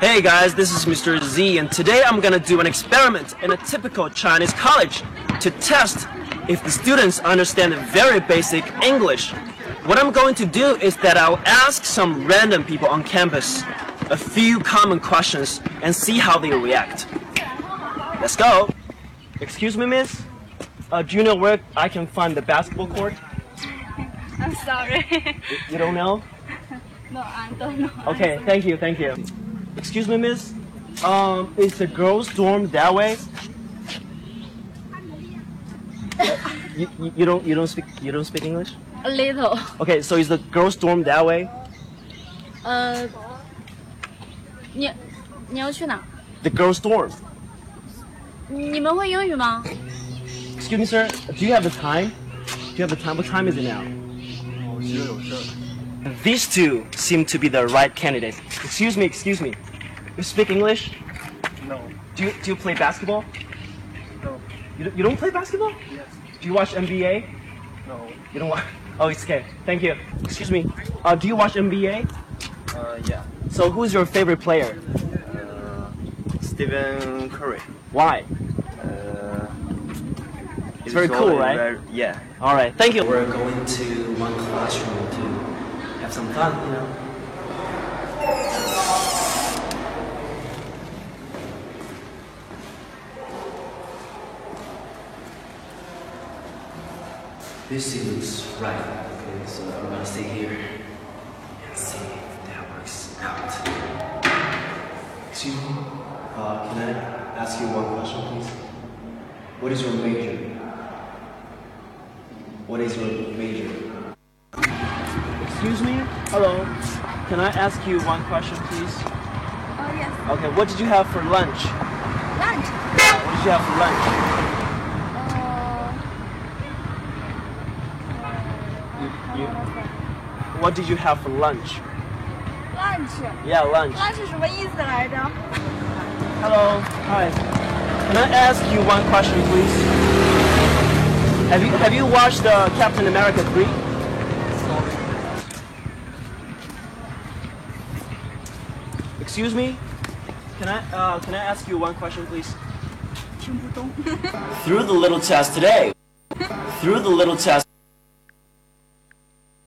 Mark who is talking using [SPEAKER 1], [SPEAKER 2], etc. [SPEAKER 1] Hey guys, this is Mr. Z, and today I'm gonna do an experiment in a typical Chinese college to test if the students understand very basic English. What I'm going to do is that I'll ask some random people on campus a few common questions and see how they react. Let's go. Excuse me, miss. Uh, do you know where I can find the basketball court?
[SPEAKER 2] I'm sorry.
[SPEAKER 1] You don't know?
[SPEAKER 2] no, I don't know.
[SPEAKER 1] Okay, thank you, thank you. Excuse me, miss. Um, is the girls' dorm that way? Uh, you, you- you don't you don't speak you don't speak English?
[SPEAKER 2] A little.
[SPEAKER 1] Okay, so is the girls' dorm that way?
[SPEAKER 2] 呃，你你要去哪？
[SPEAKER 1] The girls' dorm.
[SPEAKER 2] 你们会英语吗？
[SPEAKER 1] Excuse me, sir. Do you have the time? Do you have the time? What time is it now? These two seem to be the right candidates. Excuse me, excuse me. You speak English?
[SPEAKER 3] No.
[SPEAKER 1] Do you, do you play basketball?
[SPEAKER 3] No.
[SPEAKER 1] You, don't- you don't play basketball?
[SPEAKER 3] Yes.
[SPEAKER 1] Do you watch NBA?
[SPEAKER 3] No.
[SPEAKER 1] You don't watch. Oh, it's okay. Thank you. Excuse me. Uh, do you watch NBA?
[SPEAKER 3] Uh, yeah.
[SPEAKER 1] So, who's your favorite player?
[SPEAKER 3] Uh, Stephen Curry.
[SPEAKER 1] Why?
[SPEAKER 3] Uh, it's
[SPEAKER 1] very cool, right?
[SPEAKER 3] yeah.
[SPEAKER 1] All right. Thank you.
[SPEAKER 4] We're going to one classroom to have some fun, you know. This seems right. Okay, so I'm gonna stay here and see if that works out. Excuse me, uh, can I ask you one question, please? What is your major? What is your major?
[SPEAKER 1] Excuse me. Hello. Can I ask you one question, please?
[SPEAKER 2] Oh yes,
[SPEAKER 1] Okay. What did you have for lunch?
[SPEAKER 2] lunch.
[SPEAKER 1] What did you have for lunch? You, what did you have for lunch?
[SPEAKER 2] lunch
[SPEAKER 1] Yeah, lunch.
[SPEAKER 2] lunch 是什么意思来着？
[SPEAKER 1] Hello. Hi. Can I ask you one question, please? Have you have you watched uh, Captain America 3? Excuse me. Can I uh, can I ask you one question, please? Through the little test today. Through the little test.